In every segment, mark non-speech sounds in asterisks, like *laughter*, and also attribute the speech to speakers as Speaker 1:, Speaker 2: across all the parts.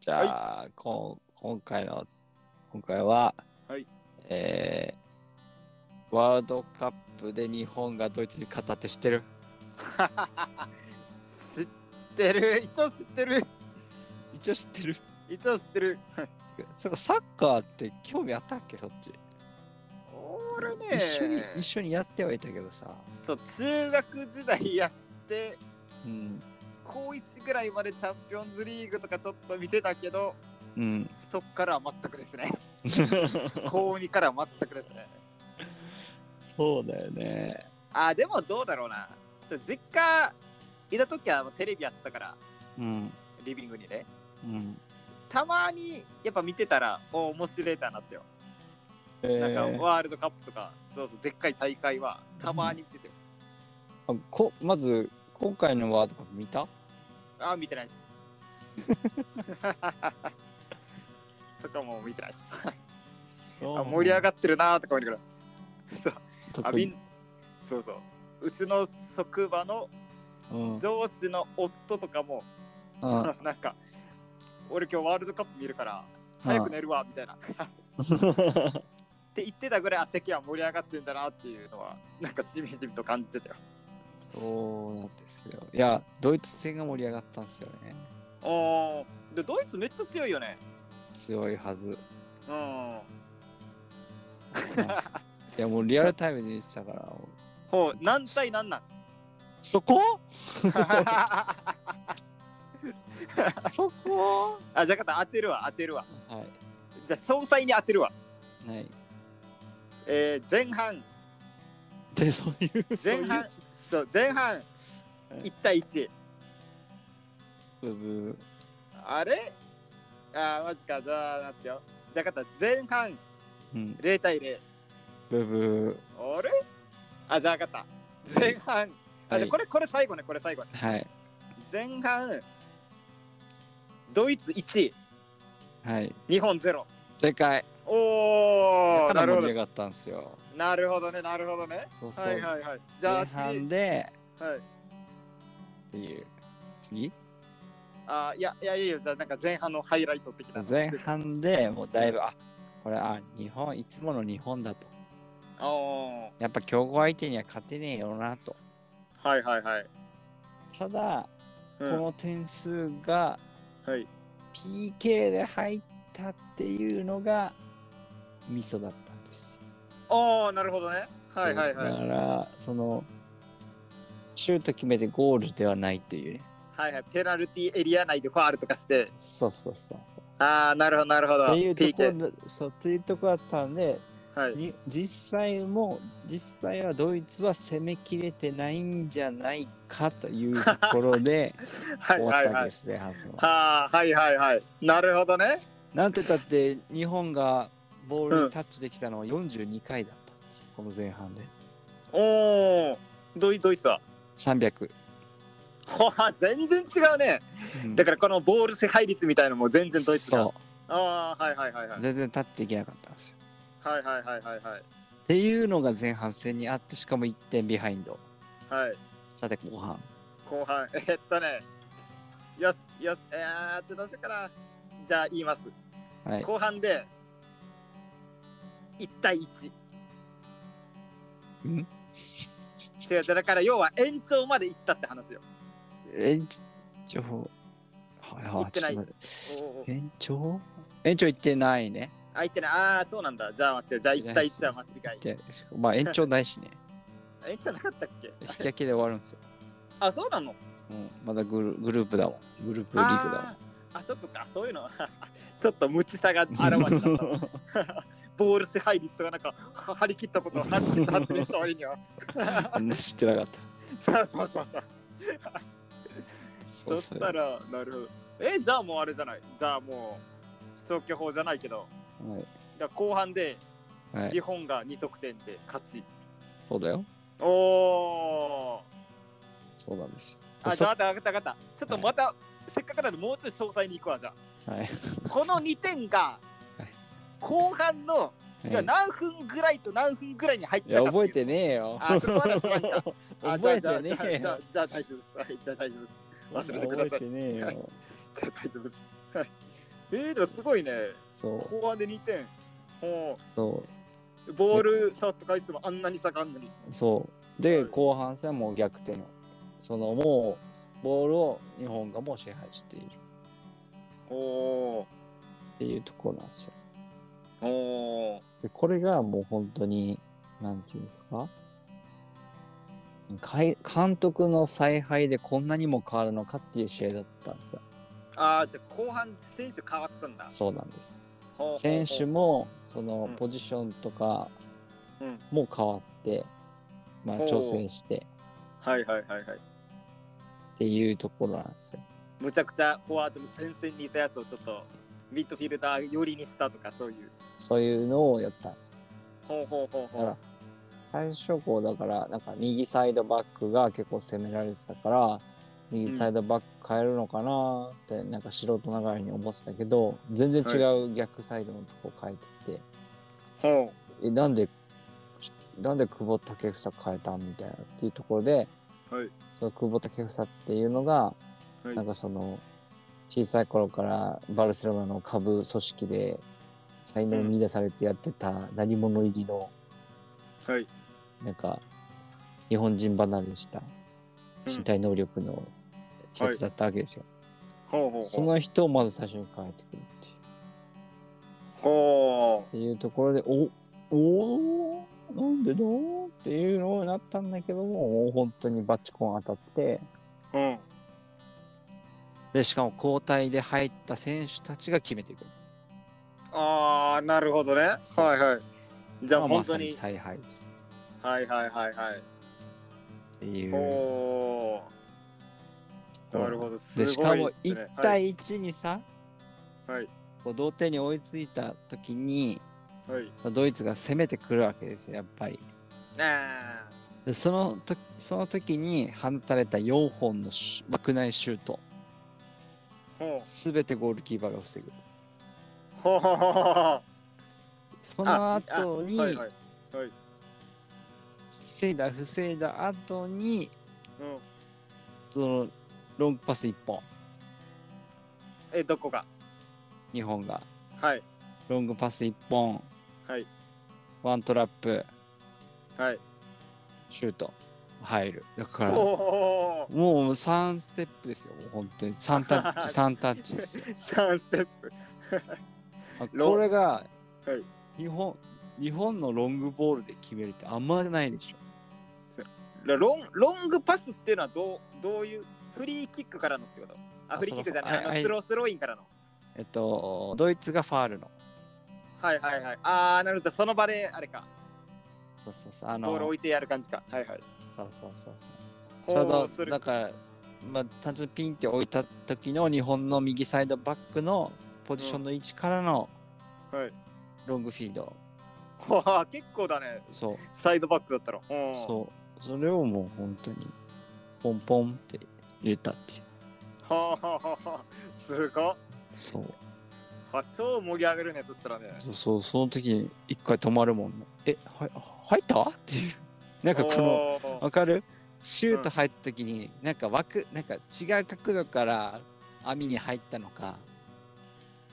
Speaker 1: じゃあ、こん今回の今回は、
Speaker 2: はい
Speaker 1: えーワールドカップで日本がドイツに勝ったって知ってる
Speaker 2: 知ってる *laughs* 一応知ってる
Speaker 1: 一応知ってる
Speaker 2: 一応知ってる
Speaker 1: そっかサッカーって興味あったっけそっち、
Speaker 2: 俺ね
Speaker 1: 一緒に一緒にやってはいたけどさ、
Speaker 2: そう中学時代やって
Speaker 1: うん
Speaker 2: 高1ぐらいまでチャンピオンズリーグとかちょっと見てたけど
Speaker 1: うん、
Speaker 2: そっからは全くです *laughs* ね高2からは全くですね
Speaker 1: そうだよね
Speaker 2: あでもどうだろうなそう実家いた時はテレビやったから
Speaker 1: うん
Speaker 2: リビングにね
Speaker 1: うん
Speaker 2: たまにやっぱ見てたらお面白いなってよ、なんかワールドカップとかそうそうでっかい大会はたまに見てて、
Speaker 1: あこまず今回のワールドカップ見た
Speaker 2: あ見てないですそこはもう見てな
Speaker 1: *laughs*
Speaker 2: いですあ盛り上
Speaker 1: が
Speaker 2: がってるなーとか思いながらそう
Speaker 1: 特
Speaker 2: あみんそうそううちの職場の
Speaker 1: うん、
Speaker 2: 上司の夫とかも、 *laughs*
Speaker 1: うん
Speaker 2: なんか俺今日ワールドカップ見るから早く寝るわみたいな、って言ってたぐらいあ席は盛り上がってんだなっていうのはなんかしみじみと感じてたよ
Speaker 1: そうなんですよ。いや、ドイツ戦が盛り上がったんですよね。
Speaker 2: おーでドイツめっちゃ強いよね
Speaker 1: 強い
Speaker 2: *laughs*
Speaker 1: はず。
Speaker 2: うん
Speaker 1: いや、もうリアルタイムで見てたから。もう
Speaker 2: ほう何対何
Speaker 1: *laughs*
Speaker 2: なん
Speaker 1: そこそこ
Speaker 2: あじゃあ方当てるわ当てるわ
Speaker 1: は
Speaker 2: じゃあ詳細に当てるわ
Speaker 1: い。ない。
Speaker 2: えー前半
Speaker 1: で、そういう。
Speaker 2: 前半そう前半
Speaker 1: うん
Speaker 2: 1対1
Speaker 1: そういう部分
Speaker 2: あれあーマジかじゃあ待ってよじゃあ方前半
Speaker 1: うん。
Speaker 2: 0対0
Speaker 1: 部分
Speaker 2: あれあじゃあ分かった前半あじゃあこれこれ最後ねこれ最後ね
Speaker 1: はい。
Speaker 2: 前半ドイツ1
Speaker 1: はい。
Speaker 2: 日本0
Speaker 1: 正解。
Speaker 2: お
Speaker 1: だ
Speaker 2: お
Speaker 1: か
Speaker 2: な
Speaker 1: ら
Speaker 2: る
Speaker 1: 盛
Speaker 2: ほ
Speaker 1: り
Speaker 2: ど
Speaker 1: 上がったんですよ。
Speaker 2: なるほどねなるほどね
Speaker 1: そうそう。
Speaker 2: はいはいはいじゃ
Speaker 1: 前
Speaker 2: あ次
Speaker 1: 半で、
Speaker 2: はい
Speaker 1: っていう。次
Speaker 2: あいやいやいやじゃあなんか前半のハイライト的な
Speaker 1: 前半でもうだいぶ、あこれ、あ、日本、いつもの日本だと。
Speaker 2: お
Speaker 1: やっぱ強豪相手には勝てねえよなと。
Speaker 2: ーはいはいはい、
Speaker 1: ただ、
Speaker 2: うん
Speaker 1: この点数が
Speaker 2: はい
Speaker 1: PK で入ったっていうのがミソだったんですよ。
Speaker 2: おおなるほどねはいはいはい
Speaker 1: そうだから、その、シュート決めてゴールではないというね。
Speaker 2: はいはいペナルティエリア内でファールとかして
Speaker 1: そうそうそうそう。
Speaker 2: ああなるほどなるほど
Speaker 1: っていうとこ
Speaker 2: PK
Speaker 1: ろ、そう、っていうところだったんで、
Speaker 2: はい
Speaker 1: に実際も、実際はドイツは攻めきれてないんじゃないかというところで
Speaker 2: はい
Speaker 1: 終わっ
Speaker 2: はい
Speaker 1: たわけ
Speaker 2: はい
Speaker 1: です、前半戦は。
Speaker 2: はあはいはいはいなるほどね
Speaker 1: なんてだって日本がボールにタッチできたのは42回だったっていうこの前半で
Speaker 2: おおドイドイツは
Speaker 1: 300、
Speaker 2: ほは全然違うねだからこのボール支配率みたいのも全然ドイツだ
Speaker 1: そ
Speaker 2: ああはいはいはいはいう
Speaker 1: 全然タッチできなかったんですよ
Speaker 2: はいはいはいはいはい
Speaker 1: っていうのが前半戦にあってしかも1点ビハインド
Speaker 2: はい
Speaker 1: さて後半
Speaker 2: 後半 *laughs* えっとねよしよしえーってどうしようかなじゃあ言います
Speaker 1: はい
Speaker 2: 後半で1対1
Speaker 1: ん
Speaker 2: 違うだから要は延長まで行ったって話よ
Speaker 1: 延長はいはい
Speaker 2: 行ってない
Speaker 1: ちょっと待
Speaker 2: おうおう
Speaker 1: って延長延長行ってないね
Speaker 2: 相手ねああそうなんだじゃあ待ってじゃあ1対1は間違い
Speaker 1: でまあ延長ない
Speaker 2: *laughs*
Speaker 1: しね
Speaker 2: 延長なかったっけ
Speaker 1: 引き分けで終わるんですよ、
Speaker 2: あそうなの
Speaker 1: うん、まだグルグループだもんグループリーグだもん
Speaker 2: あーあそっかそういうの *laughs* ちょっと無知さが現れた
Speaker 1: *laughs*
Speaker 2: ボール支配率とかなんかは張り切ったことを張り切った発言した割には
Speaker 1: *laughs* あんな知ってなかった
Speaker 2: そうそうそうそう
Speaker 1: そ
Speaker 2: そうしたら、なるほど。え、じゃあもうあれじゃない。じゃあもう、消去法じゃないけど、だから後半で
Speaker 1: はい、はい
Speaker 2: 日、本が2得点で勝ち。
Speaker 1: そうだよ
Speaker 2: おお
Speaker 1: そうなんですよ
Speaker 2: ー。あ、じゃあ、分かった分かった分かった。ちょっとまた、せっかくなんでもうちょっと詳細に行くわ、じゃ
Speaker 1: はい。
Speaker 2: あ。この2点が
Speaker 1: はい、
Speaker 2: 後半の、い
Speaker 1: は
Speaker 2: や
Speaker 1: い
Speaker 2: 何分ぐらいと何分ぐらいに入っ
Speaker 1: い
Speaker 2: た
Speaker 1: や、
Speaker 2: かってい
Speaker 1: 覚
Speaker 2: う
Speaker 1: えてねえよ。
Speaker 2: あ、それまだ知らんか。
Speaker 1: *laughs*
Speaker 2: あ
Speaker 1: 覚えてねえ
Speaker 2: じゃあ
Speaker 1: よ。
Speaker 2: じゃあじゃあじゃあ大丈夫です。はい、じゃあ大丈夫です。忘れてください
Speaker 1: 覚えてねえよ。
Speaker 2: 大丈夫です。えー、でもすごいね。
Speaker 1: そう
Speaker 2: 後半で2点。も、
Speaker 1: そう
Speaker 2: ボール触った回数もあんなに差があんのに。
Speaker 1: うそうで後半戦はもう逆転そのもうボールを日本がもう支配している
Speaker 2: おー、
Speaker 1: っていうところなんですよ
Speaker 2: おー。
Speaker 1: でこれがもう本当になんていうんですかかい監督の采配でこんなにも変わるのかっていう試合だったんですよ
Speaker 2: あー、じゃあ後半選手変わったんだ。
Speaker 1: そうなんです
Speaker 2: ほうほうほう
Speaker 1: 選手。もその
Speaker 2: うん
Speaker 1: ポジションとか
Speaker 2: うん
Speaker 1: も変わって、まあ、
Speaker 2: ほう
Speaker 1: 調整して
Speaker 2: はいはいはいはい。
Speaker 1: っていうところなんですよ。
Speaker 2: むちゃくちゃフォワードの前線にいたやつをちょっとミッドフィルダー寄りにしたとかそういう。
Speaker 1: そういうのをやったんですよ。
Speaker 2: ほうほうほう
Speaker 1: だか
Speaker 2: ほ
Speaker 1: ら最初こうだからなんか右サイドバックが結構攻められてたから右サイドバック変えるのかなってなんか素人ながらに思ってたけど全然違う逆サイドのとこ変えてきて、
Speaker 2: う。ほ
Speaker 1: えなんでなんで久保建英変えたみたいなっていうところで、
Speaker 2: はい
Speaker 1: その久保建英っていうのが、
Speaker 2: はい
Speaker 1: なんかその小さい頃からバルセロナの下部組織で才能を見出されてやってた何者入りの、
Speaker 2: う。はい。
Speaker 1: なんか日本人離れした
Speaker 2: うん
Speaker 1: 身体能力の一つだったわけですよ、
Speaker 2: ほうほう
Speaker 1: そ
Speaker 2: ほう。
Speaker 1: の人をまず最初に変えてくるっていう
Speaker 2: ほ
Speaker 1: っていうところで、おおーなんでだっていうのになったんだけども、もう本当にバチコン当たって、
Speaker 2: う。うん。
Speaker 1: で、しかも交代で入った選手たちが決めていくる。
Speaker 2: ああ、なるほどね。はい
Speaker 1: そう
Speaker 2: はい。じゃあ
Speaker 1: ま
Speaker 2: 本
Speaker 1: ま
Speaker 2: 当
Speaker 1: さ
Speaker 2: に
Speaker 1: に。采配です。
Speaker 2: はいはいはいはい。
Speaker 1: っていう。
Speaker 2: ほう。なるほど。すごい
Speaker 1: で、
Speaker 2: っす
Speaker 1: し
Speaker 2: ね
Speaker 1: かも1
Speaker 2: はい
Speaker 1: 対1にさ、
Speaker 2: はい
Speaker 1: こう同点に追いついた時に、
Speaker 2: はい。
Speaker 1: さドイツが攻めてくるわけですよ、やっぱり。
Speaker 2: あ
Speaker 1: でその時その時に放たれた4本のシュ枠内シュート、
Speaker 2: ーほう
Speaker 1: すべてゴールキーパーが防ぐ。
Speaker 2: ほうほうほうほうほう。
Speaker 1: その
Speaker 2: ああ
Speaker 1: 後に、
Speaker 2: はいはい。
Speaker 1: 防いだ防いだ後に
Speaker 2: うん。
Speaker 1: そのロングパス1本
Speaker 2: え、どこが
Speaker 1: 日本が
Speaker 2: はい
Speaker 1: ロングパス1本
Speaker 2: はい
Speaker 1: ワントラップ
Speaker 2: はい。
Speaker 1: シュート入るだからも
Speaker 2: おお。
Speaker 1: う3ステップですよもう本当に3タ
Speaker 2: *laughs*
Speaker 1: ッチ3タッチですよ
Speaker 2: 三ステップ。
Speaker 1: あ
Speaker 2: ロン
Speaker 1: これが
Speaker 2: はい
Speaker 1: 日本日本のロングボールで決めるってあんまないでしょ
Speaker 2: ロロンロングパスっていうのはどうどういうフリーキックからのってことあ
Speaker 1: あ
Speaker 2: フリーキックじゃな
Speaker 1: その
Speaker 2: いあ
Speaker 1: は
Speaker 2: の
Speaker 1: い
Speaker 2: スロースローインからの
Speaker 1: えっとドイツがファールの
Speaker 2: はいはいはいああなるほどその場であれか
Speaker 1: そうそうそうあ
Speaker 2: ボール
Speaker 1: の
Speaker 2: 置いてやる感じかはいはい
Speaker 1: そうそうそうそうちょう
Speaker 2: ほ
Speaker 1: ど
Speaker 2: それ
Speaker 1: だから、まあ、単純にピンって置いた時の日本の右サイドバックのポジションの位置からの
Speaker 2: はい
Speaker 1: ロングフィード、
Speaker 2: ほわ結構だね
Speaker 1: そう
Speaker 2: サイドバックだったらうん
Speaker 1: そうそれをもう本当にポンポンって入れたっていう
Speaker 2: はあはあはあはあすごっ
Speaker 1: そう
Speaker 2: は超盛り上がるねそしたらね
Speaker 1: そうそうその時に一回止まるもんねえは入ったっていうなんかこの
Speaker 2: おー
Speaker 1: わかるシュート入った時に、なんか枠なんか違う角度から網に入ったのか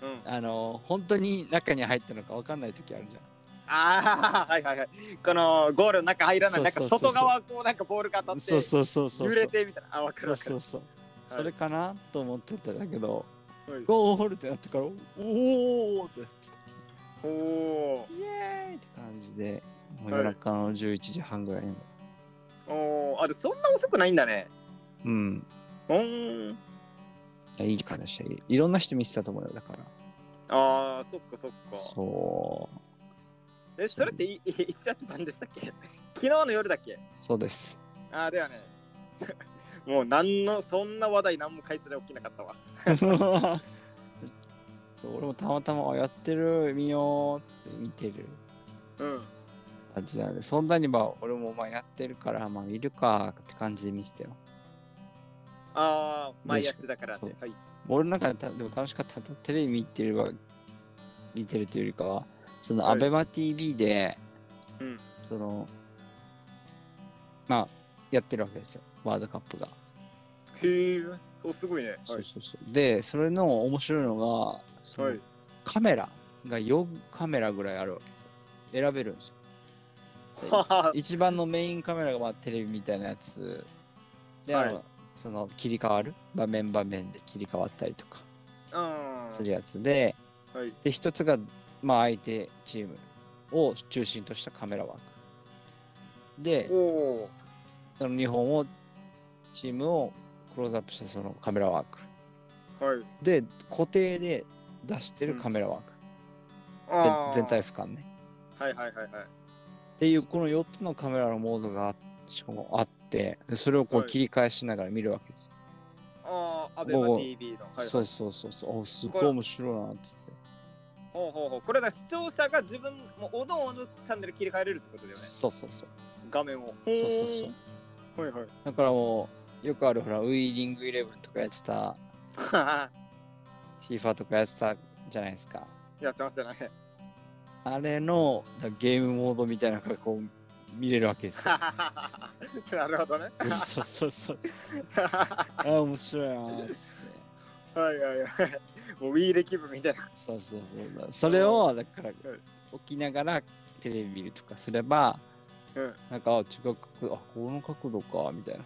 Speaker 2: うん、
Speaker 1: あの本当に中に入ったのかわかんない時あるじゃん
Speaker 2: ああはいはいはいこのゴールの中入らないなんか
Speaker 1: そうそうそうそう
Speaker 2: 外側こうなんかボールが当た
Speaker 1: そう
Speaker 2: っ
Speaker 1: そうそうそ
Speaker 2: て
Speaker 1: う
Speaker 2: 揺れてみたいなあわかる
Speaker 1: そう
Speaker 2: わか
Speaker 1: そ
Speaker 2: る
Speaker 1: うそう
Speaker 2: はい
Speaker 1: それかなと思ってたんだけど
Speaker 2: はい
Speaker 1: ゴールってなってからおおーって
Speaker 2: おお
Speaker 1: イエーイって感じでもう
Speaker 2: はい
Speaker 1: 夜中の11時半ぐらいに
Speaker 2: おーあれそんな遅くないんだね。
Speaker 1: うん
Speaker 2: うーん。
Speaker 1: いやいい時間でしたいいろんな人見てたと思うよだから
Speaker 2: ああ、そっかそっか。
Speaker 1: そう
Speaker 2: え、それっていいつやってたんでしたっけ昨日の夜だっけ
Speaker 1: そう
Speaker 2: *laughs*
Speaker 1: です
Speaker 2: ああ、だよね。もう何の、そんな話題何も解説で起きなかったわ。
Speaker 1: そう俺もたまたまあやってる見ようっつって見てる
Speaker 2: うん。
Speaker 1: 感じなんでそんなにまあ俺もまあやってるからまあ見るかって感じで見せたよ
Speaker 2: ああ、毎朝だからっ
Speaker 1: そ
Speaker 2: て。
Speaker 1: う
Speaker 2: はい。
Speaker 1: 俺の中でたでも楽しかったのはテレビ見てれば見てるというよりかはその
Speaker 2: は
Speaker 1: ア
Speaker 2: い
Speaker 1: ベマ t v で、
Speaker 2: うん
Speaker 1: そのまあやってるわけですよワールドカップが
Speaker 2: へえ。おすごいね。は
Speaker 1: そう
Speaker 2: い。
Speaker 1: そうそうでそれの面白いのがその
Speaker 2: はい
Speaker 1: カメラが4カメラぐらいあるわけですよ選べるんですよ
Speaker 2: はは
Speaker 1: 一番のメインカメラがまあテレビみたいなやつで、あの
Speaker 2: は
Speaker 1: その切り替わる場面場面で切り替わったりとか
Speaker 2: は。
Speaker 1: するやつで
Speaker 2: うん。はい。
Speaker 1: で一つがまあ相手チームを中心としたカメラワークで
Speaker 2: おお
Speaker 1: その日本をチームをクローズアップしたそのカメラワーク
Speaker 2: ー。はい。
Speaker 1: で固定で出してるカメラワーク、
Speaker 2: あ
Speaker 1: ぜ
Speaker 2: ー
Speaker 1: 全体。俯瞰ね
Speaker 2: はいはいはいはい。
Speaker 1: っていうこの4つのカメラのモードがしかもあってでそれをこう
Speaker 2: はい
Speaker 1: 切り返しながら見るわけですよ、
Speaker 2: ああ、アベ
Speaker 1: おうお
Speaker 2: マ
Speaker 1: う
Speaker 2: TV の。はいはい
Speaker 1: そうそうそうそうおすご
Speaker 2: こ
Speaker 1: い
Speaker 2: れ
Speaker 1: 面白いなっつって
Speaker 2: ほうほうほう。これが視聴者が自分、もうおのおのチャンネル切り替えれるってことだよね。
Speaker 1: そうそうそう
Speaker 2: 画面を。
Speaker 1: そうそうそう
Speaker 2: う。はいはい。
Speaker 1: だからもうよくあるほらウィーリングイレブンとかやってた
Speaker 2: はは
Speaker 1: FIFA とかやってたじゃないですか
Speaker 2: やってましたね。 *laughs*
Speaker 1: あれのだゲームモードみたいなのがこう見れるわけですよ
Speaker 2: *laughs* ははははなるほどね。 *laughs*
Speaker 1: そうそうそうそう
Speaker 2: は
Speaker 1: あー面白いなーっつって
Speaker 2: はいはいはい。もうウィーレ気分みたいな。
Speaker 1: そうそうそうそうそれをだから起きながらテレビ見るとかすれば
Speaker 2: うん。
Speaker 1: なんかあ違う角度あこの角度かみたいな、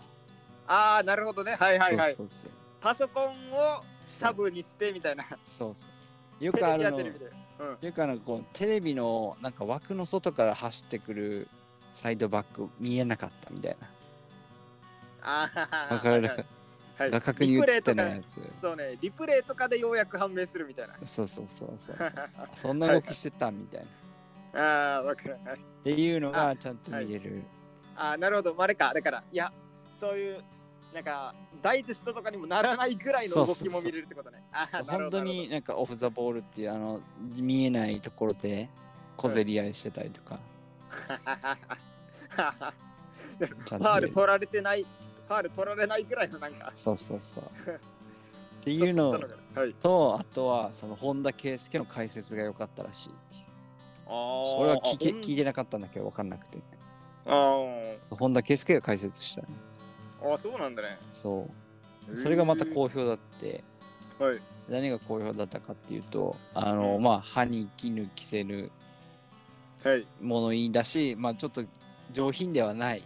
Speaker 2: ああ、なるほどね。はいはいはい。
Speaker 1: そうそうそう
Speaker 2: パソコンを
Speaker 1: そ
Speaker 2: サ
Speaker 1: う
Speaker 2: ブにしてみ
Speaker 1: *laughs*
Speaker 2: たいな。
Speaker 1: そうそうよ
Speaker 2: テ
Speaker 1: くあ
Speaker 2: レビ
Speaker 1: る
Speaker 2: や
Speaker 1: の
Speaker 2: テレビで。うん。
Speaker 1: よくあのこうテレビのなんか枠の外から走ってくるサイドバック見えなかったみたい
Speaker 2: ああ。
Speaker 1: なわかる、
Speaker 2: はい。
Speaker 1: 画角に映ってないやつ
Speaker 2: リプレイとかそうね、リプレイとかでようやく判明するみたいな。
Speaker 1: そうそうそうそうそうあそんな動きしてたみたいな、
Speaker 2: ああ、わかる。はい
Speaker 1: っていうのがちゃんと見れる、
Speaker 2: ああ、なるほど。まああれか。だから、いや、そういう、なんか、ダイジェストとかにもならないぐらいの動きも見れるってことね。あ
Speaker 1: そ
Speaker 2: あ、
Speaker 1: う
Speaker 2: なる
Speaker 1: 本
Speaker 2: ほど。
Speaker 1: 当
Speaker 2: なるほ
Speaker 1: になんかオフ・ザ・ボールっていうあの見えないところで小競り合いしてたりとか、
Speaker 2: ど
Speaker 1: *laughs* ちゃんと
Speaker 2: ファ
Speaker 1: 見
Speaker 2: ール
Speaker 1: れる
Speaker 2: 取られてない、ファール取られないぐらいのなんか。
Speaker 1: そうそう
Speaker 2: *laughs*
Speaker 1: そうっていう
Speaker 2: ちょ
Speaker 1: の
Speaker 2: っとしたがはい。
Speaker 1: とあとはその本田圭佑の解説が良かったらしいっていう
Speaker 2: ああ。
Speaker 1: それは聞け
Speaker 2: うん
Speaker 1: 聞いてなかったんだけど分かんなくて
Speaker 2: あ
Speaker 1: そう本田圭佑が解説したの
Speaker 2: あ。ああ、そうなんだね。
Speaker 1: そうそれがまた
Speaker 2: う
Speaker 1: 好評だって、
Speaker 2: ん。はい。
Speaker 1: 何が好評だったかっていうとあの、
Speaker 2: うん
Speaker 1: まあ歯に衣着せぬ
Speaker 2: *laughs* はい。
Speaker 1: ものいいだしまあちょっと上品ではない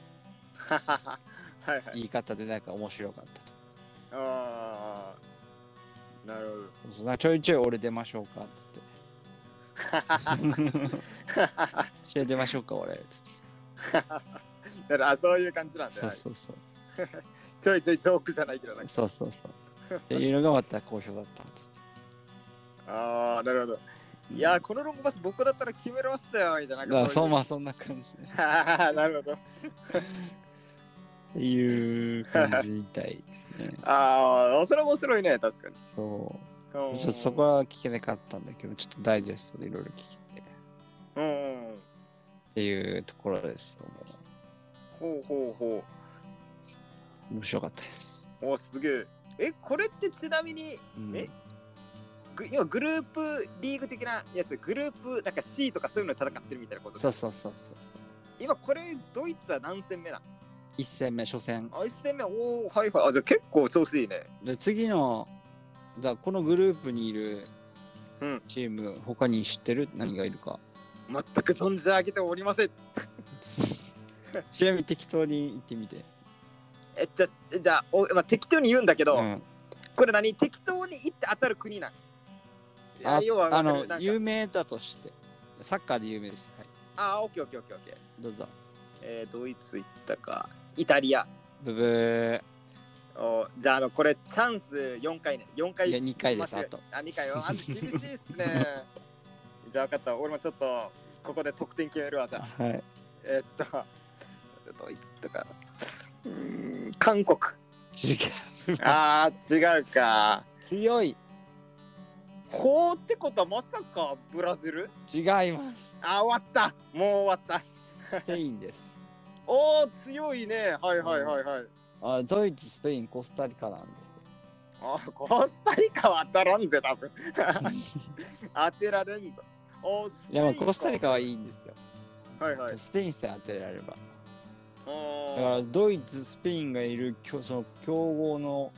Speaker 2: ははははいはい。
Speaker 1: 言い方でなんか面白かったと
Speaker 2: ああ。なるほど。
Speaker 1: そうそうなんかちょいちょい俺出ましょうかっつ
Speaker 2: *laughs*
Speaker 1: って試合出ましょうか俺っつって
Speaker 2: だから、あそういう感じなんだ
Speaker 1: そう
Speaker 2: よ。
Speaker 1: そうそう
Speaker 2: ちょいちょいジョークじゃないけどね。
Speaker 1: そうそうそうっていうのがまた好評だったっつって
Speaker 2: ああ、なるほど。いやー、このロングパス僕だったら決めろってよ、みたいな。
Speaker 1: だからそうま
Speaker 2: ん。
Speaker 1: あそんな感じね
Speaker 2: *laughs* なるほど。
Speaker 1: っていう感じみたいですね
Speaker 2: ああ、それ面白いね、確かに。
Speaker 1: そう
Speaker 2: ちょ
Speaker 1: ちょっとそこは聞けなかったんだけど、ちょっとダイジェストでいろいろ聞けてっ
Speaker 2: うんうん。
Speaker 1: ていうところです。
Speaker 2: ほうほうほ
Speaker 1: 面白かったです。
Speaker 2: う。おすげえ。え、これってちなみに、
Speaker 1: うん
Speaker 2: えぐ要はグループリーグ的なやつ、グループ、なんか C とかそういうので戦ってるみたいなこと
Speaker 1: そうそうそうそうそう。
Speaker 2: 今これ、ドイツは何戦目な
Speaker 1: 1戦目、初戦。
Speaker 2: のあ、1戦目、おー、はいはい。あ、じゃあ結構調子いいね。
Speaker 1: で、次の、じゃあこのグループにいる
Speaker 2: うん
Speaker 1: チーム、他に知ってる何がいる
Speaker 2: *laughs*
Speaker 1: か。
Speaker 2: 全く存じ上げておりません。
Speaker 1: ちなみに適当に言ってみて。
Speaker 2: え、じゃ、えじゃあ、おまあ、適当に言うんだけど、
Speaker 1: うん
Speaker 2: これ何適当に言って当たる国なんいや
Speaker 1: あ
Speaker 2: 要は
Speaker 1: あ
Speaker 2: わ
Speaker 1: の
Speaker 2: かるなん、か
Speaker 1: 有名だとして。サッカーで有名です。はい。
Speaker 2: あー、オッケーオッケーオッケーオッケー。
Speaker 1: どうぞ。
Speaker 2: えー、ドイツ行ったか。イタリア。
Speaker 1: ブブー。
Speaker 2: おじゃあ、あの、これ、チャンス4回ね。4回
Speaker 1: いや、2回です、あと。
Speaker 2: あ、2回は。あ、厳しいっすね。
Speaker 1: *laughs*
Speaker 2: じゃあ、分かった。俺もちょっと、ここで得点決めるわ。じゃあ
Speaker 1: はい。
Speaker 2: えーっと、ドイツとか。うーん、
Speaker 1: *laughs*
Speaker 2: 韓国。
Speaker 1: 違う。
Speaker 2: あー、違うか。
Speaker 1: 強い。
Speaker 2: ほうってことは、まさかブラジル
Speaker 1: 違います。
Speaker 2: あー、終わった。もう終わった。
Speaker 1: スペイン
Speaker 2: *laughs*
Speaker 1: です。
Speaker 2: おー、強いね。はいはいはいはい。
Speaker 1: あドイツ、スペイン、コスタリカなんですよ。
Speaker 2: あコスタリカは当たらんぜ、多
Speaker 1: *laughs*
Speaker 2: 分当てられんぞ。おス
Speaker 1: い
Speaker 2: ペイン
Speaker 1: や、まあ、コスタリカはい
Speaker 2: い。
Speaker 1: いんですよ。
Speaker 2: はいはい。
Speaker 1: スペインさえ当てられれば。だか
Speaker 2: お
Speaker 1: ら、ドイツ、スペインがいる強その強豪の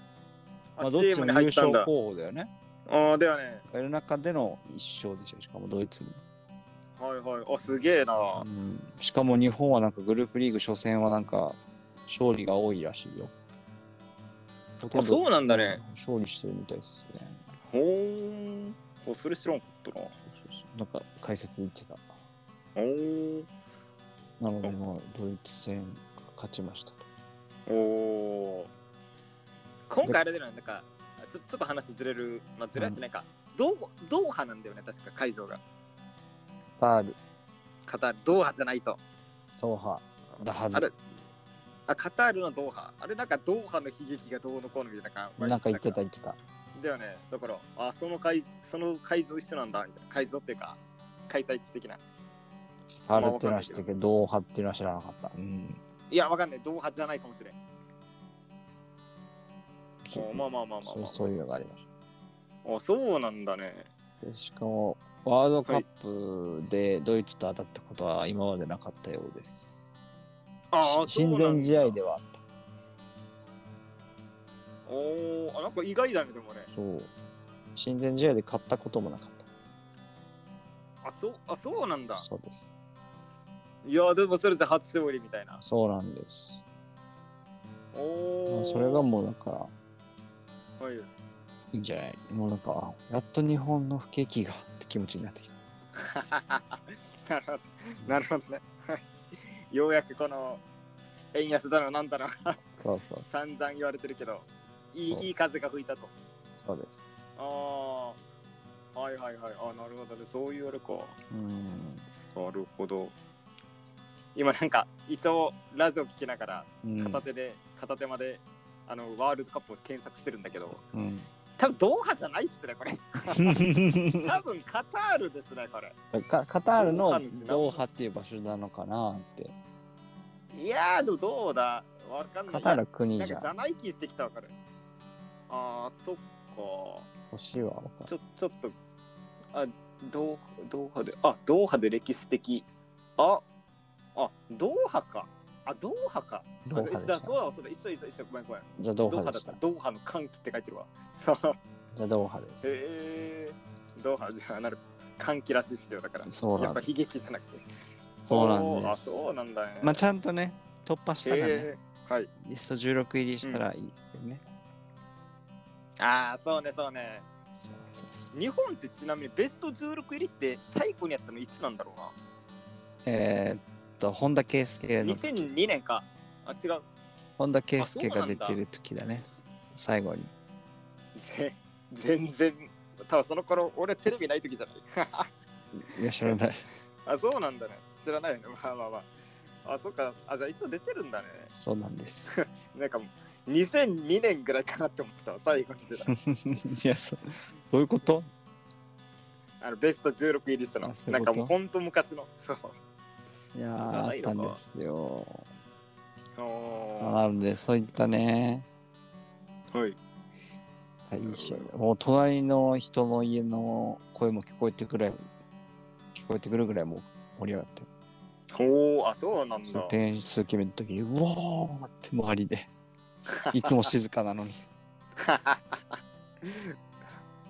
Speaker 1: まあ、どっち
Speaker 2: CM
Speaker 1: も
Speaker 2: に
Speaker 1: 優
Speaker 2: 入ったん
Speaker 1: 勝
Speaker 2: だ。
Speaker 1: 候補だよね。
Speaker 2: ああ、だよね。
Speaker 1: いる中での一勝でしょ、しかもドイツに。
Speaker 2: はいはい。あ、すげえな
Speaker 1: う。ん、しかも日本はなんかグループリーグ初戦はなんか勝利が多いらしいよ。ほと
Speaker 2: あ、
Speaker 1: んど
Speaker 2: そうなんだね。
Speaker 1: 勝利してるみたいですね。
Speaker 2: ほーん。ほそれ知らんかったな。
Speaker 1: そうそうそうなんか解説言ってた。
Speaker 2: おー
Speaker 1: なので、まあ、ドイツ戦勝ちましたと。
Speaker 2: おー今回あれだよね、なんかちょちょっと話ずれる、まあ、ずれはしないか、ドードーハなんだよね、確か会場が。
Speaker 1: ファール、
Speaker 2: カタール、ドーハじゃないと。
Speaker 1: ドーハ、だは
Speaker 2: あれ
Speaker 1: ず。
Speaker 2: あカタールのドーハ。あれなんかドーハの悲劇がどうのこうのみたいな。
Speaker 1: なんか言ってた。言ってた。
Speaker 2: だよね。だから、あ、その会その会場一緒なんだ、みたいな。会場っていうか、開催地的な。
Speaker 1: ファールっていうのは知ってるけど、ドーハっていうのは知らなかった。うん。
Speaker 2: いや、わかんない。ドーハじゃないかもしれん。
Speaker 1: そう
Speaker 2: おまあまあまあまあ、
Speaker 1: そう
Speaker 2: ま
Speaker 1: そういうのがありまし
Speaker 2: あ。あ、そうなんだね。
Speaker 1: たで。しかも、ワールドカップでドイツと当たったことは今までなかったようです。
Speaker 2: あ
Speaker 1: し親善試合
Speaker 2: で。
Speaker 1: ではあった。
Speaker 2: おーあ、なんか意外だね、でもね。
Speaker 1: そう。親善試合で勝ったこともなかっ
Speaker 2: あ、そう、あ、そうなんだ
Speaker 1: た。。そうです。
Speaker 2: いや、でもそれじゃ初勝利みたいな。
Speaker 1: そうなんです。
Speaker 2: お
Speaker 1: ま
Speaker 2: お。
Speaker 1: あそれがもうだから、
Speaker 2: はい。 *laughs*
Speaker 1: いいんじゃないもうなんか、やっと日本の不景気がって気持ちになってきた。
Speaker 2: なるほど。なるほどね。はいようやくこの円安だのなんだの
Speaker 1: そうそうそう。
Speaker 2: 散々言われてるけど、い
Speaker 1: そう
Speaker 2: いいい風が吹いたと。
Speaker 1: そうです。
Speaker 2: ああ。はいはいはい。あなるほどね。そういうあれか。
Speaker 1: うん。
Speaker 2: なるほど。今なんか、一応ラジオ聞きながら、
Speaker 1: うん
Speaker 2: 片手で、片手まで、あの、ワールドカップを検索してるんだけど、
Speaker 1: うん、
Speaker 2: 多分ドーハじゃないっすね、 *laughs* これ。多分カタールですね、これ。
Speaker 1: *laughs* かカタールのドーハっていう場所なのかなって。
Speaker 2: いやー、でもどうだわかんない。
Speaker 1: カタールは
Speaker 2: な
Speaker 1: 国
Speaker 2: ん
Speaker 1: じ
Speaker 2: か
Speaker 1: ゃ
Speaker 2: じゃない気してきたわかる。あー、そっか。
Speaker 1: 年はわか
Speaker 2: ちょ、ちょっと、あ、ドーハ、ドーハで、あ、ドーハで歴史的。あ、あ、ドーハか。あ、ドーハか。
Speaker 1: ドーハ
Speaker 2: あ
Speaker 1: で
Speaker 2: じゃあ
Speaker 1: し
Speaker 2: そう
Speaker 1: た。
Speaker 2: だわ、そうだ、一緒一緒一緒、ごめんごめん。
Speaker 1: じゃあド
Speaker 2: ド
Speaker 1: ー
Speaker 2: ー
Speaker 1: ハ
Speaker 2: ハ
Speaker 1: で
Speaker 2: だっ
Speaker 1: した
Speaker 2: た。。ドーハの歓喜って書いてるわ。 *laughs* そう。
Speaker 1: じゃあドーハです。
Speaker 2: へえー、ドーハじゃあなる。歓喜らしいっすよ、だから。
Speaker 1: そう
Speaker 2: や
Speaker 1: な
Speaker 2: っ
Speaker 1: ん
Speaker 2: ぱ
Speaker 1: です。
Speaker 2: 悲劇じゃなくて。
Speaker 1: そうなん
Speaker 2: おー
Speaker 1: で
Speaker 2: あ、
Speaker 1: す。
Speaker 2: そうなんだね。
Speaker 1: まあちゃんとね、突破したらね、
Speaker 2: へーはい。
Speaker 1: リスト16入りしたらいいですけどね。
Speaker 2: ああ、そうね、そうね。
Speaker 1: そうそうそう
Speaker 2: 日本ってちなみにベスト16入りって最後にやったのいつなんだろう
Speaker 1: えーっと、本田圭佑
Speaker 2: な
Speaker 1: の、
Speaker 2: 2002年かあ違う
Speaker 1: 本田圭佑が出てる時だね、最後に。
Speaker 2: ぜ全然多分その頃俺テレビない時じゃない *laughs*
Speaker 1: いや、知ら *laughs* ない。
Speaker 2: あそうなんだね知らないよねまあまあまああそっかあじゃあ一応出てるんだね
Speaker 1: そうなん *laughs* です。
Speaker 2: なんかもう2002年ぐらいかなって思ってたわ最後に
Speaker 1: *laughs*
Speaker 2: 出た
Speaker 1: いや、そうどういうこと
Speaker 2: あのベスト16入りしたの
Speaker 1: あそうい
Speaker 2: な
Speaker 1: うんこ
Speaker 2: か
Speaker 1: と
Speaker 2: もうほんと昔のそう
Speaker 1: いやー
Speaker 2: 知ら
Speaker 1: あ
Speaker 2: な
Speaker 1: っ
Speaker 2: いの
Speaker 1: た
Speaker 2: か
Speaker 1: んですよ。
Speaker 2: お
Speaker 1: なので、そういったね、
Speaker 2: ーはい
Speaker 1: 大使もう隣の人の家の声も聞こえてくらい、聞こえてくるぐらいもう盛り上がって、
Speaker 2: おおあそうなん
Speaker 1: その
Speaker 2: だ
Speaker 1: 点数決めるときに、うおーって周り
Speaker 2: *laughs*
Speaker 1: で、いつも静かなのに。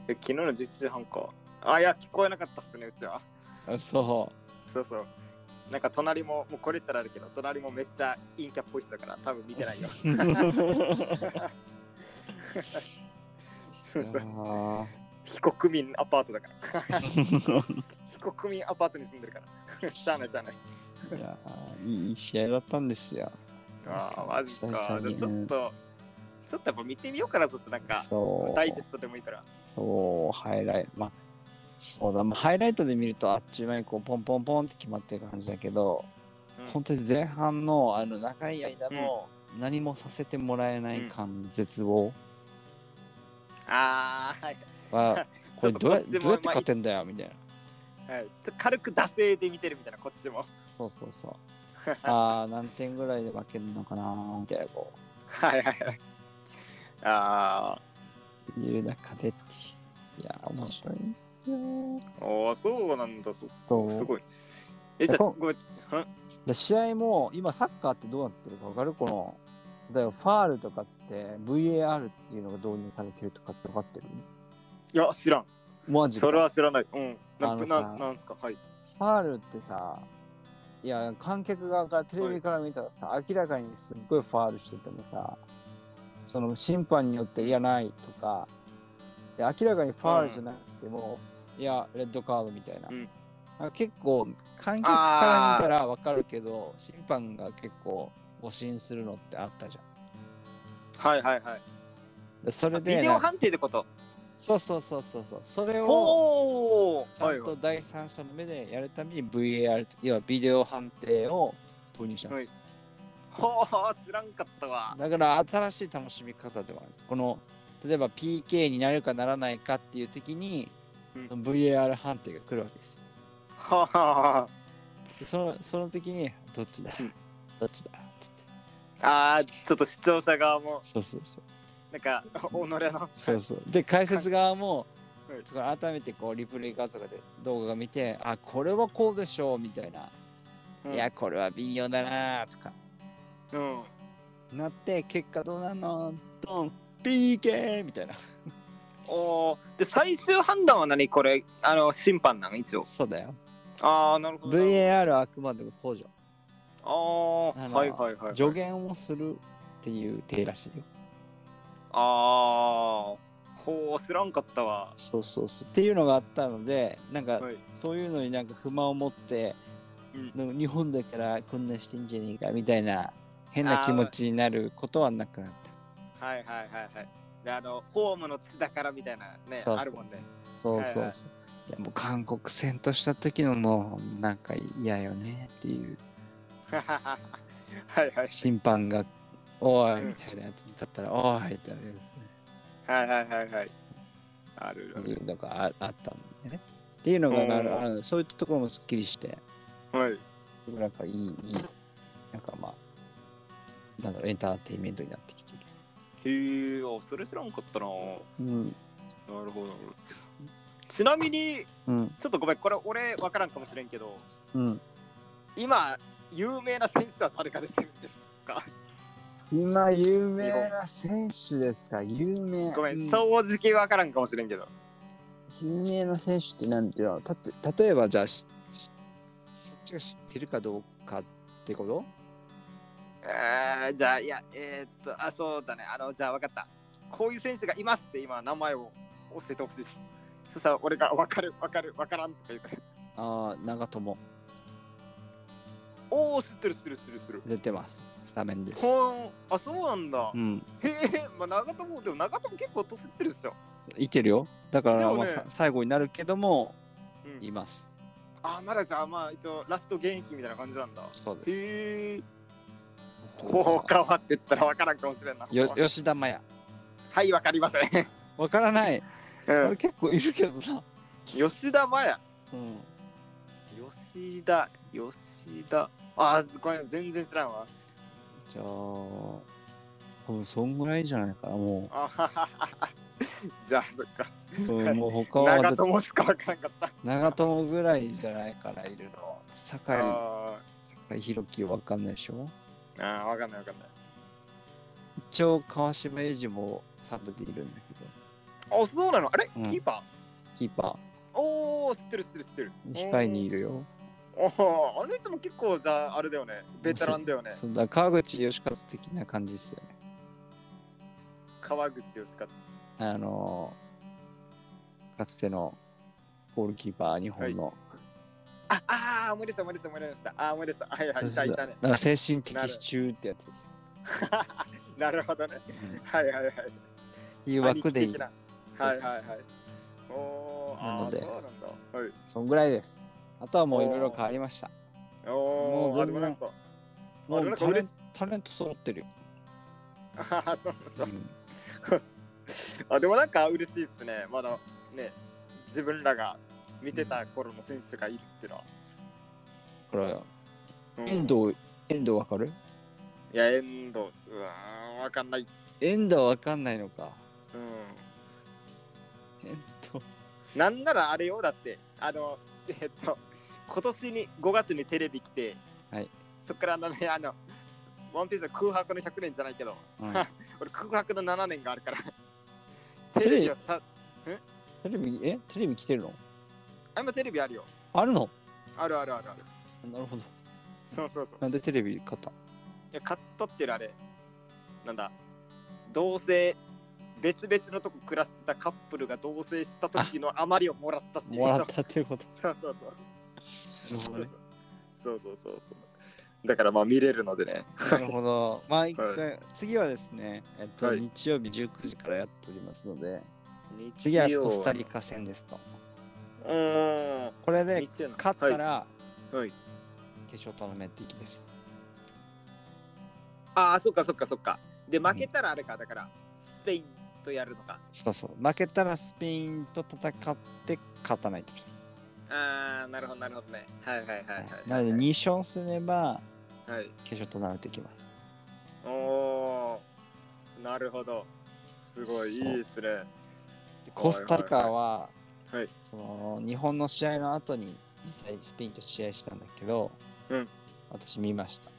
Speaker 2: え昨日の10時半かあいや聞こえなかったっすねうちは
Speaker 1: あそ
Speaker 2: *laughs* そうそう。なんか隣も、もうこれ言ったらあるけど、隣もめっちゃ陰キャっぽい人だから、多分見て
Speaker 1: *laughs*
Speaker 2: ないよ。
Speaker 1: う。いや
Speaker 2: そうそう。
Speaker 1: ー
Speaker 2: 非国民アパートだから。非国民アパートに住んでるから。 *laughs* しゃあないしゃあない。
Speaker 1: いやーいい試合だったんですよ。
Speaker 2: ああ、マジか。じゃあ
Speaker 1: 久々
Speaker 2: ちょ
Speaker 1: に
Speaker 2: っと、ちょっとやっぱ見てみようかな、そうするとなんか、
Speaker 1: そ
Speaker 2: ダイジェストでもいいから。
Speaker 1: う、そう、ハイライト、まあ、そうだ、まあ、ハイライトで見るとあっちゅう間にこうポンポンポンって決まってる感じだけど、
Speaker 2: うん
Speaker 1: 本当に前半のあの長い間の何もさせてもらえない感、絶望
Speaker 2: ああ、はい。 *laughs*
Speaker 1: は、これ
Speaker 2: ち
Speaker 1: ど
Speaker 2: ょっと
Speaker 1: うや
Speaker 2: こっちも
Speaker 1: どうやって
Speaker 2: まあ
Speaker 1: 勝てんだよみたいな。
Speaker 2: はい、ちょっと軽く惰性で見てるみたいな、こっちも。 *laughs*
Speaker 1: そうそうそう。 *laughs* ああ、何点ぐらいで負けるのかなみたいな、こ
Speaker 2: はいはいはい。あ
Speaker 1: う、いう中でっていう。いやー、面白いんですよ。
Speaker 2: あ、おーそうなんだ、そ
Speaker 1: そう。
Speaker 2: すごい。え、じゃあ、
Speaker 1: こ
Speaker 2: ごめん。ん
Speaker 1: で試合も今サッカーってどうなってるか分かるこの例えばファールとかって VAR っていうのが導入されてるとかって分かってる
Speaker 2: いや、知らん。
Speaker 1: マジか
Speaker 2: それ
Speaker 1: フ
Speaker 2: は知らない。うん。な
Speaker 1: あ
Speaker 2: ん
Speaker 1: の
Speaker 2: な
Speaker 1: さ
Speaker 2: なんすかはい。
Speaker 1: ァールってさいや観客側からテレビから見たらさ、明らかにすっごいファールしててもさその審判によっていやないとかで明らかにファールじゃなくても、いやレッドカードみたいな、
Speaker 2: うん
Speaker 1: なんか結構観客から見たら分かるけど審判が結構誤審するのってあったじゃ
Speaker 2: はいはいはい。
Speaker 1: んでそれで
Speaker 2: ビデオ
Speaker 1: なんか
Speaker 2: 判定ってこと
Speaker 1: そうそうそうそうそうそれを
Speaker 2: おお
Speaker 1: ちゃ
Speaker 2: はい
Speaker 1: ん
Speaker 2: はい
Speaker 1: と第三者の目でやるために VAR 要はビデオ判定を導入したんですよ、
Speaker 2: ほー知らんかったわ。
Speaker 1: だから新しい楽しみ方ではあるこの例えば PK になるかならないかっていう時に
Speaker 2: うん
Speaker 1: その VAR 判定が来るわけですよ
Speaker 2: はは
Speaker 1: でそのその時にどっちだ、
Speaker 2: うん
Speaker 1: どっちだつって
Speaker 2: あー、ちょっと視聴者側も、
Speaker 1: そうそうそう
Speaker 2: なんか、 *laughs* 己の。
Speaker 1: そうそうで解説側も
Speaker 2: はい
Speaker 1: そこから改めてこうリプレイ画像で動画が見てあこれはこうでしょうみたいな、
Speaker 2: うん
Speaker 1: いやこれは微妙だなとか
Speaker 2: うん。
Speaker 1: なって結果どうなのドン PK みたいな
Speaker 2: おーで、最終判断は何これ、あの、審判なん一応。
Speaker 1: そうだよ
Speaker 2: あー、なるほどな。
Speaker 1: VAR はあくまでも補助
Speaker 2: あー、
Speaker 1: あの
Speaker 2: はいはいはい。
Speaker 1: 助言をするっていう体らしいよ
Speaker 2: あー、ほー知らんかったわ。
Speaker 1: そうそうそうっていうのがあったのでなんか
Speaker 2: はい。
Speaker 1: そういうのになんか不満を持って、
Speaker 2: うん
Speaker 1: なんか日本だからこんなしてんじゃねえかみたいな変な気持ちになることはなくなった
Speaker 2: はいはいはいはい。で、あの、ホームの土だからみたいなね、
Speaker 1: そうそうそう
Speaker 2: あるもんね。 *laughs*
Speaker 1: そうそうそう、
Speaker 2: はいはい
Speaker 1: いやもう韓国戦とした時のもうなんか嫌よねっていう
Speaker 2: はいはい。
Speaker 1: 審判が「おい」
Speaker 2: うん
Speaker 1: みたいなやつだったら「おい」ってなるやつね
Speaker 2: はいはいはいはい。ある
Speaker 1: っていうのがああったんでねっていうのがなる
Speaker 2: うん
Speaker 1: あのそういったところもすっきりして
Speaker 2: ある。はい。
Speaker 1: すごいなんかいいいいなんかまあなんだろうエンターテインメントになってきてる
Speaker 2: へえ、あ、それ知らんかったな。なる
Speaker 1: うん、
Speaker 2: ほどなるほど。ちなみに、
Speaker 1: うん
Speaker 2: ちょっとごめん、これ俺わからんかもしれんけど、
Speaker 1: うん、
Speaker 2: 今、有名な選手は誰か出てるんです
Speaker 1: *laughs*
Speaker 2: か
Speaker 1: 今有名な選手ですか有名
Speaker 2: ごめ
Speaker 1: うん
Speaker 2: ん、正直わからんかもしれんけど。
Speaker 1: 有名な選手ってなんていうのたって例えばじゃあししそっちが知ってるかどうかってこと
Speaker 2: えー、じゃあ、いや、えー、っと、あ、そうだね。あの、じゃあわかった。こういう選手がいますって今、名前を教えてほしいです。そしたら俺がわかる、わかる、わからんとか言うから。
Speaker 1: ああ長友
Speaker 2: おお、知ってる、知ってる、知ってる、知ってる。
Speaker 1: 出てますスタメンです
Speaker 2: ほーん、あ、そうなんだ
Speaker 1: う。ん
Speaker 2: へえ、まあ、長友、でも長友結構年いってるでしょ。
Speaker 1: いけるよだから、
Speaker 2: でもね
Speaker 1: まあ、さ最後になるけども
Speaker 2: うん
Speaker 1: います
Speaker 2: あ、まだじゃあ、まあ、一応、ラスト現役みたいな感じなんだ。
Speaker 1: そうです
Speaker 2: へえ。ほう、変わってったらわからんかもしれんな。
Speaker 1: よ吉田麻也
Speaker 2: はい、わかりません。
Speaker 1: わからない、
Speaker 2: う
Speaker 1: 俺
Speaker 2: ん
Speaker 1: 結構いるけどな、
Speaker 2: 吉田麻也。
Speaker 1: うん、
Speaker 2: 吉田、吉田。あー、これ全然知らんわ。
Speaker 1: じゃあ多分そんぐらいじゃないかなも
Speaker 2: あははははじゃあ、そっか。
Speaker 1: う、うんもう他は
Speaker 2: 長友しかわからんかった。
Speaker 1: 長友ぐらいじゃないからいるの酒井
Speaker 2: あ
Speaker 1: 酒井宏樹わかんないでしょ
Speaker 2: ーあー、わかんない、わかんない。
Speaker 1: 一応川島英二もサブでいるんだけど
Speaker 2: あ、そうなのあれキ
Speaker 1: うん
Speaker 2: ーパ
Speaker 1: キーパ
Speaker 2: ーおー、知ってる、知ってる、知ってる。
Speaker 1: ー控えにいるよ
Speaker 2: おお、あの人も結構じゃああれだよね。ベテランだよね。
Speaker 1: そうだ川口義和的な感じっすよね
Speaker 2: 川口義勝。
Speaker 1: あのーかつてのゴールキーパー日本の、
Speaker 2: あ、あー、思い出した、思い出した、思い出した。あー、思い出した。はいはい、いたいたね。
Speaker 1: なんか精神的支柱ってやつですよ、
Speaker 2: なるほどね。
Speaker 1: うんっ
Speaker 2: はいはいはい。
Speaker 1: ていう枠でいい
Speaker 2: 兄貴的な
Speaker 1: そう
Speaker 2: はい
Speaker 1: そうそう
Speaker 2: はいはい。おー、あー
Speaker 1: なので
Speaker 2: そうなんだ。はい。
Speaker 1: そんぐらいですあとはもういろいろ変わりました
Speaker 2: お
Speaker 1: もう全然
Speaker 2: ー、あ、でもなんか。
Speaker 1: も
Speaker 2: あで
Speaker 1: う
Speaker 2: もなんか
Speaker 1: タレ
Speaker 2: 嬉
Speaker 1: ン
Speaker 2: しい *laughs*
Speaker 1: タレント揃ってるよ、
Speaker 2: あははそうそうそう。
Speaker 1: うん
Speaker 2: あ、でもなんか嬉しいですね。まだね、自分らが見てた頃の選手がいるっていうのは。
Speaker 1: これは
Speaker 2: うん
Speaker 1: 遠藤遠藤わかる
Speaker 2: いや、遠藤。うわー、わかんない。
Speaker 1: 遠藤わかんないのか
Speaker 2: うん。
Speaker 1: 遠藤
Speaker 2: なんならあれよ、だって、あの、えっと、今年に5月にテレビ来て、
Speaker 1: はい
Speaker 2: そっからあのね、あの、ワンピースの空白の100年じゃないけど、
Speaker 1: はい
Speaker 2: 俺空白の7年があるから。
Speaker 1: *laughs* テレ
Speaker 2: テ
Speaker 1: ビ
Speaker 2: レビはさ、
Speaker 1: テレビえテレビ来てるの
Speaker 2: あ今テレビあるよ。
Speaker 1: あるの
Speaker 2: あるあるあるある。
Speaker 1: なるほど
Speaker 2: そうそうそう。
Speaker 1: なんでテレビ買った
Speaker 2: いや、買っとってるあれ。なんだ、同棲、別々のとこ暮らしてたカップルが同棲した時の余りをもらったっていう。
Speaker 1: もらったっていうこと
Speaker 2: そうそうそう。
Speaker 1: なる
Speaker 2: そうそうそうそう。だからまあ見れるのでね。
Speaker 1: ほど、なるほど。まあ一回、
Speaker 2: は
Speaker 1: 次はですね、えっと、
Speaker 2: はい
Speaker 1: 日曜日19時からやっておりますので、次はコスタリカ戦ですと。
Speaker 2: うーん。
Speaker 1: これで
Speaker 2: 日曜の
Speaker 1: 勝ったら
Speaker 2: はい。はい、
Speaker 1: 決勝トーナメント行きです。
Speaker 2: ああ、そっかそっかそっか。で、負けたらあれか、だから、スペインとやるのか。
Speaker 1: そうそう。負けたらスペインと戦って勝たないといけな
Speaker 2: ああ、なるほど、なるほどね。はいはいはいはい
Speaker 1: い。
Speaker 2: はい。
Speaker 1: なので2勝すれば
Speaker 2: はい。
Speaker 1: 決勝トーナメント行きます。
Speaker 2: おー、なるほど。すごい、い
Speaker 1: そう
Speaker 2: いっすね。
Speaker 1: でコスタリカは、
Speaker 2: はい
Speaker 1: その日本の試合の後に実際スペインと試合したんだけど、
Speaker 2: うん
Speaker 1: 私見ました。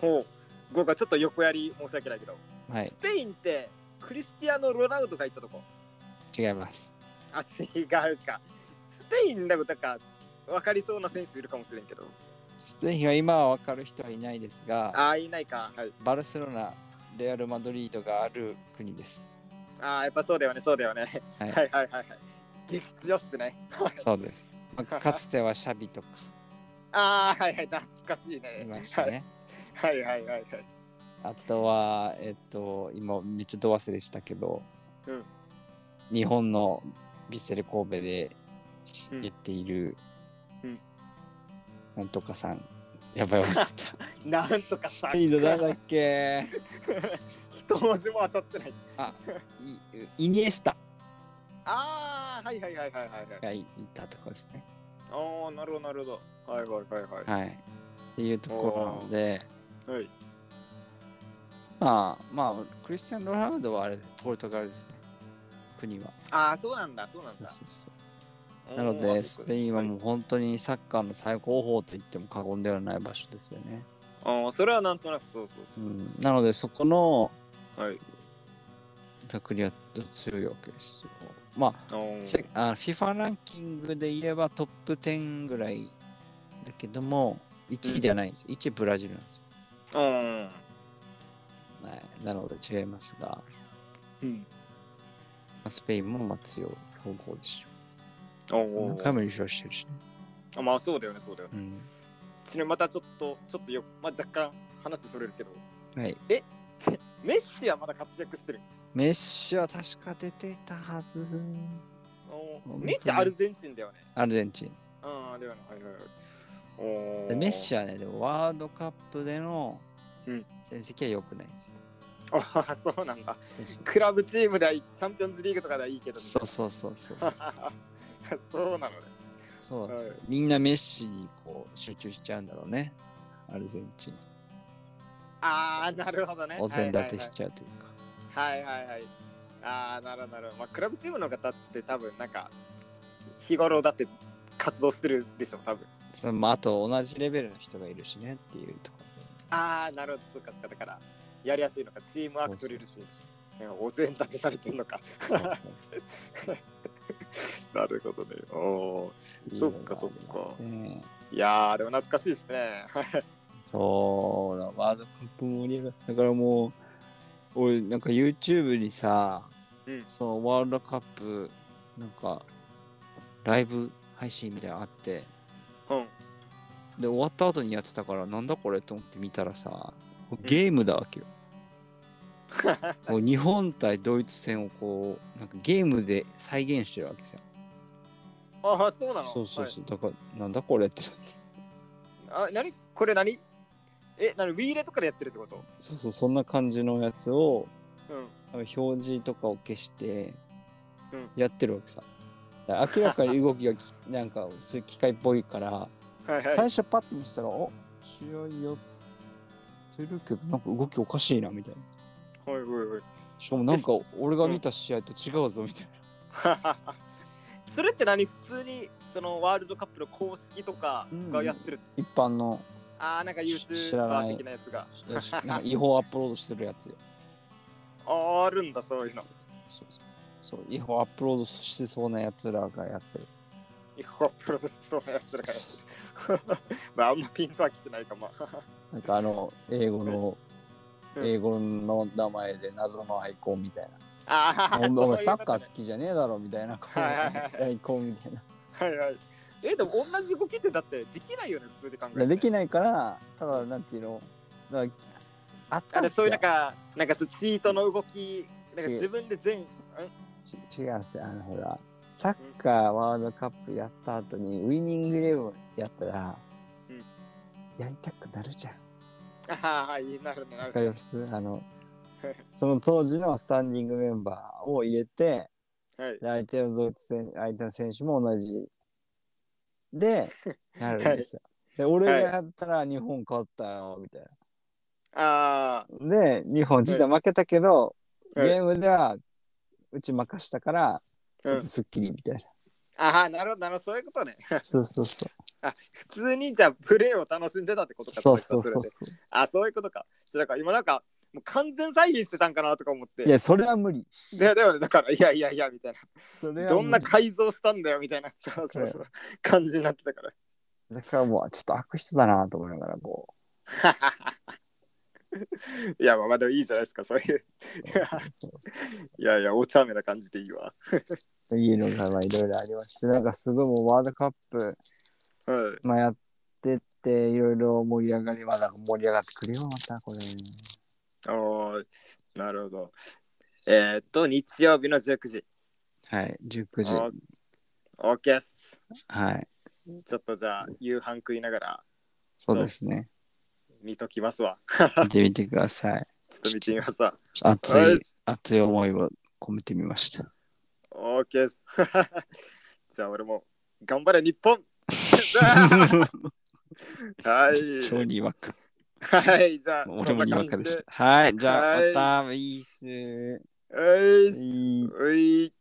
Speaker 2: ほう、僕はちょっと横やり申し訳ないけど、
Speaker 1: はい、
Speaker 2: スペインってクリスティアーノ・ロナウドが行ったとこ。
Speaker 1: 違います。
Speaker 2: あ、違うか。スペインだことか、分かりそうな選手いるかもしれんけど。
Speaker 1: スペインは今は分かる人はいないですが、
Speaker 2: ああ、いないか。はい。
Speaker 1: バルセロナ、レアル・マドリードがある国です。
Speaker 2: ああ、やっぱそうだよね、そうだよね。
Speaker 1: は
Speaker 2: はいいはいはいはい。激強っすね。
Speaker 1: そうです。まあかつてはシャビとか
Speaker 2: ああ、はいはい、懐かしいね。
Speaker 1: いましたね。
Speaker 2: はいはいはいはい。
Speaker 1: あとは、えっと、今めっちゃど忘れしたけど、
Speaker 2: うん
Speaker 1: 日本のヴィッセル神戸で
Speaker 2: うん
Speaker 1: 言っている、
Speaker 2: うん
Speaker 1: なんとかさん、やばい忘
Speaker 2: *laughs*
Speaker 1: れ
Speaker 2: なんと
Speaker 1: た。
Speaker 2: か
Speaker 1: ス
Speaker 2: さ、
Speaker 1: ピードなんだっけ
Speaker 2: *laughs* 一文字も当たってない。
Speaker 1: あイ、イニエスタ
Speaker 2: ああ、はいはいはいはいはい。はい、
Speaker 1: がいたところですね。
Speaker 2: おお、なるほどなるほど。はいはいはいはい。
Speaker 1: はい。っていうところなので、
Speaker 2: はい、
Speaker 1: まあまあクリスティアン・ロナウドはあれポルトガルですね国は
Speaker 2: ああ、そうなんだ、そうなん
Speaker 1: そう
Speaker 2: だ。
Speaker 1: そうそう
Speaker 2: おー
Speaker 1: なのでスペインは
Speaker 2: う。
Speaker 1: もう本当にサッカーの最高峰と言っても過言ではない場所ですよね、
Speaker 2: ああー、それはなんとなくそうそう
Speaker 1: う
Speaker 2: そ
Speaker 1: ん、なのでそこの
Speaker 2: う。はい。
Speaker 1: 国は強いわけですよまあ
Speaker 2: おー
Speaker 1: せあ FIFA ランキングで言えばトップ10ぐらいだけども1位ではないんですよ1位ブラジルなんですよ、
Speaker 2: おー
Speaker 1: はい、なので違いますがま
Speaker 2: うん。
Speaker 1: あスペインもまあ強い強豪でし
Speaker 2: お
Speaker 1: ょ
Speaker 2: お
Speaker 1: 何。回も優勝してるしね、
Speaker 2: あまあそうだよね、そうだよ
Speaker 1: う
Speaker 2: ね。
Speaker 1: ん、
Speaker 2: ちなみにまたちょっと、ちょっとよ、まあ、若干話それるけど、
Speaker 1: はい
Speaker 2: メッシはまだ活躍してる。
Speaker 1: メッシは確か出てたはず。
Speaker 2: おー
Speaker 1: 本当に
Speaker 2: メッシアルゼンチンだよね。
Speaker 1: アルゼンチン。
Speaker 2: ああ、だよね、はいはいはい。おー
Speaker 1: でメッシはね、でもワールドカップでの
Speaker 2: うん
Speaker 1: 成績は良くないんですよ。
Speaker 2: あーそうなんだ。
Speaker 1: そうそう
Speaker 2: クラブチームではいい、チャンピオンズリーグとかではいいけど。
Speaker 1: そうそうそうそうそう。
Speaker 2: *laughs* そうなのね。
Speaker 1: そうなんですよ
Speaker 2: は
Speaker 1: みんなメッシにこう集中しちゃうんだろうね。アルゼンチン。
Speaker 2: ああ、なるほどね。
Speaker 1: お膳立てしちゃうというか。
Speaker 2: はいはいはい。はいはいはいああ、なるほどなるほど。まあ、クラブチームの方って多分、なんか、日頃だって活動してるでしょ、多分。
Speaker 1: それもあと同じレベルの人がいるしねっていうとこ
Speaker 2: ああ、なるほど、そうか、そうか、だから、やりやすいのか、チームワー
Speaker 1: ろ
Speaker 2: ク取れるし
Speaker 1: そう、
Speaker 2: いやお膳立てされてるのか。
Speaker 1: そうそうそうそう
Speaker 2: *laughs* なるほどね。お
Speaker 1: いい
Speaker 2: そ
Speaker 1: の
Speaker 2: っか
Speaker 1: が
Speaker 2: そっ
Speaker 1: ありま
Speaker 2: か
Speaker 1: す。ね
Speaker 2: いやー、でも懐かしいですね。 *laughs*
Speaker 1: そうだ、ワールドカップ盛り上がだからもう、俺、なんか YouTube にさ、
Speaker 2: うん
Speaker 1: そのワールドカップ、なんか、ライブ配信みたいなのあって、
Speaker 2: うん。
Speaker 1: で、終わった後にやってたから、なんだこれと思って見たらさ、ゲームだわ
Speaker 2: *laughs*
Speaker 1: けよ。もう日本対ドイツ戦をこう、なんかゲームで再現してるわけさ。
Speaker 2: ああ、そうなの
Speaker 1: そうそうそう、だから、なんだこれって。
Speaker 2: はい、あ、なにこれ何え、なにウィーレとかでやってるってこと
Speaker 1: そうそう、そんな感じのやつを、
Speaker 2: うん。
Speaker 1: 表示とかを消して
Speaker 2: うん
Speaker 1: やってるわけさ、明らかに動きがき *laughs* なんかそういう機械っぽいから
Speaker 2: はいはい。
Speaker 1: 最初パッと見せたら「お試合やってるけどなんか動きおかしいな」みたいな
Speaker 2: はいはいはい。
Speaker 1: しかもなん
Speaker 2: *laughs*
Speaker 1: か俺が見た試合と違うぞみたいな、
Speaker 2: *laughs* それって何普通にそのワールドカップの公式とかがやってる、
Speaker 1: 一般の
Speaker 2: ああ、なんか YouTube
Speaker 1: 知らない
Speaker 2: 的なやつが。
Speaker 1: よしなんか違法アップロードしてるやつよ。
Speaker 2: あるんだ、そういうの。
Speaker 1: そうそうそう違法アップロードしそうなやつらがやってる。
Speaker 2: 違法プロセスそうなやつだから。 *laughs* まあ、あんまピンとは来てないかも。 *laughs*
Speaker 1: なんかあの、英語の、
Speaker 2: うん
Speaker 1: 英語の名前で謎のアイコンみたい
Speaker 2: ああ、
Speaker 1: な。お
Speaker 2: そうい
Speaker 1: 前
Speaker 2: うことね
Speaker 1: サッカー好きじゃねえだろみたいな。
Speaker 2: はいはいはい
Speaker 1: アイコンみたいな。
Speaker 2: はいはい。え、でも同じ動きってだってできないよね、普通で考え
Speaker 1: で
Speaker 2: て。
Speaker 1: できないから、ただなんていうの、だからあった
Speaker 2: あ
Speaker 1: ん
Speaker 2: れ
Speaker 1: です
Speaker 2: そ
Speaker 1: よ
Speaker 2: ういうなん。か、なんかそうチートの動き、な
Speaker 1: 違
Speaker 2: んか
Speaker 1: う
Speaker 2: 自分で全、ん *laughs*
Speaker 1: ち違うんですよ。あのほら、サッカーワールドカップやった後にウイニングイレブンやったら、
Speaker 2: うん
Speaker 1: やりたくなるじゃん。
Speaker 2: あはは、いいなるねな
Speaker 1: わ
Speaker 2: る
Speaker 1: かり
Speaker 2: ね
Speaker 1: ま。すあ
Speaker 2: *laughs*
Speaker 1: の、その当時のスタンディングメンバーを入れて、
Speaker 2: はい。
Speaker 1: で相手のドイツ戦、相手の選手も同じ。で、なるんですよ。で、俺がやったら日本勝ったよ、みたい
Speaker 2: あ
Speaker 1: な。で、日本実は負けたけど、
Speaker 2: はい
Speaker 1: ゲームではうち負かしたから、
Speaker 2: あ、
Speaker 1: ち
Speaker 2: う
Speaker 1: ょ
Speaker 2: ん
Speaker 1: っと、スッキリみたい
Speaker 2: あは、なるほど、なるほど、そういうことね。 *laughs*
Speaker 1: な。そうそうそう。
Speaker 2: 普通にじゃあプレーを楽しんでたってことか。
Speaker 1: そうそうそう
Speaker 2: れで
Speaker 1: そ
Speaker 2: あ、そういうことか。ちょだから今なんか、もう完全再現してたんかなとか思って。
Speaker 1: う。いや、それは無理。
Speaker 2: で、だよね、だから、いやいやいや、みたい
Speaker 1: それ
Speaker 2: な。
Speaker 1: は無
Speaker 2: ど
Speaker 1: 理
Speaker 2: んな改造したんだよ、みたいな、そうそうそう、 *laughs* 感じになってたから。
Speaker 1: だからもう、ちょっと悪質だなと思いながら、こ
Speaker 2: いや、まあまあでもいいじゃないですか、そういう。
Speaker 1: う。
Speaker 2: いや
Speaker 1: そう
Speaker 2: いやいや、お茶目な感じでいいわ。
Speaker 1: というのがまあいろいろありまして、なんかすごいもうワールドカップ、
Speaker 2: うん。
Speaker 1: まあ、やってって、いろいろ盛り上がりは、なんか盛り上がってくるよ、またこれ。
Speaker 2: おーなるほど。えー、っと、日曜日の19時。
Speaker 1: はい、19時。
Speaker 2: お OK っす。
Speaker 1: はい、
Speaker 2: ちょっとじゃあ、夕飯食いながら
Speaker 1: そうですね。
Speaker 2: 見ときますわ。 *laughs*
Speaker 1: 見てみてください。
Speaker 2: ちょっと見てみますわ。
Speaker 1: 熱
Speaker 2: はい
Speaker 1: い、熱い思いを込めてみました。 *laughs*
Speaker 2: OK っす。 *laughs* じゃあ、俺も、頑張れ、日本はい。
Speaker 1: 超にわ *laughs* か
Speaker 2: はい、じゃあ、
Speaker 1: 俺もにわかでし
Speaker 2: そんな感じ
Speaker 1: た。はい、じゃあ
Speaker 2: はい
Speaker 1: また、いいっす。
Speaker 2: で。ういっす
Speaker 1: いいう
Speaker 2: いっ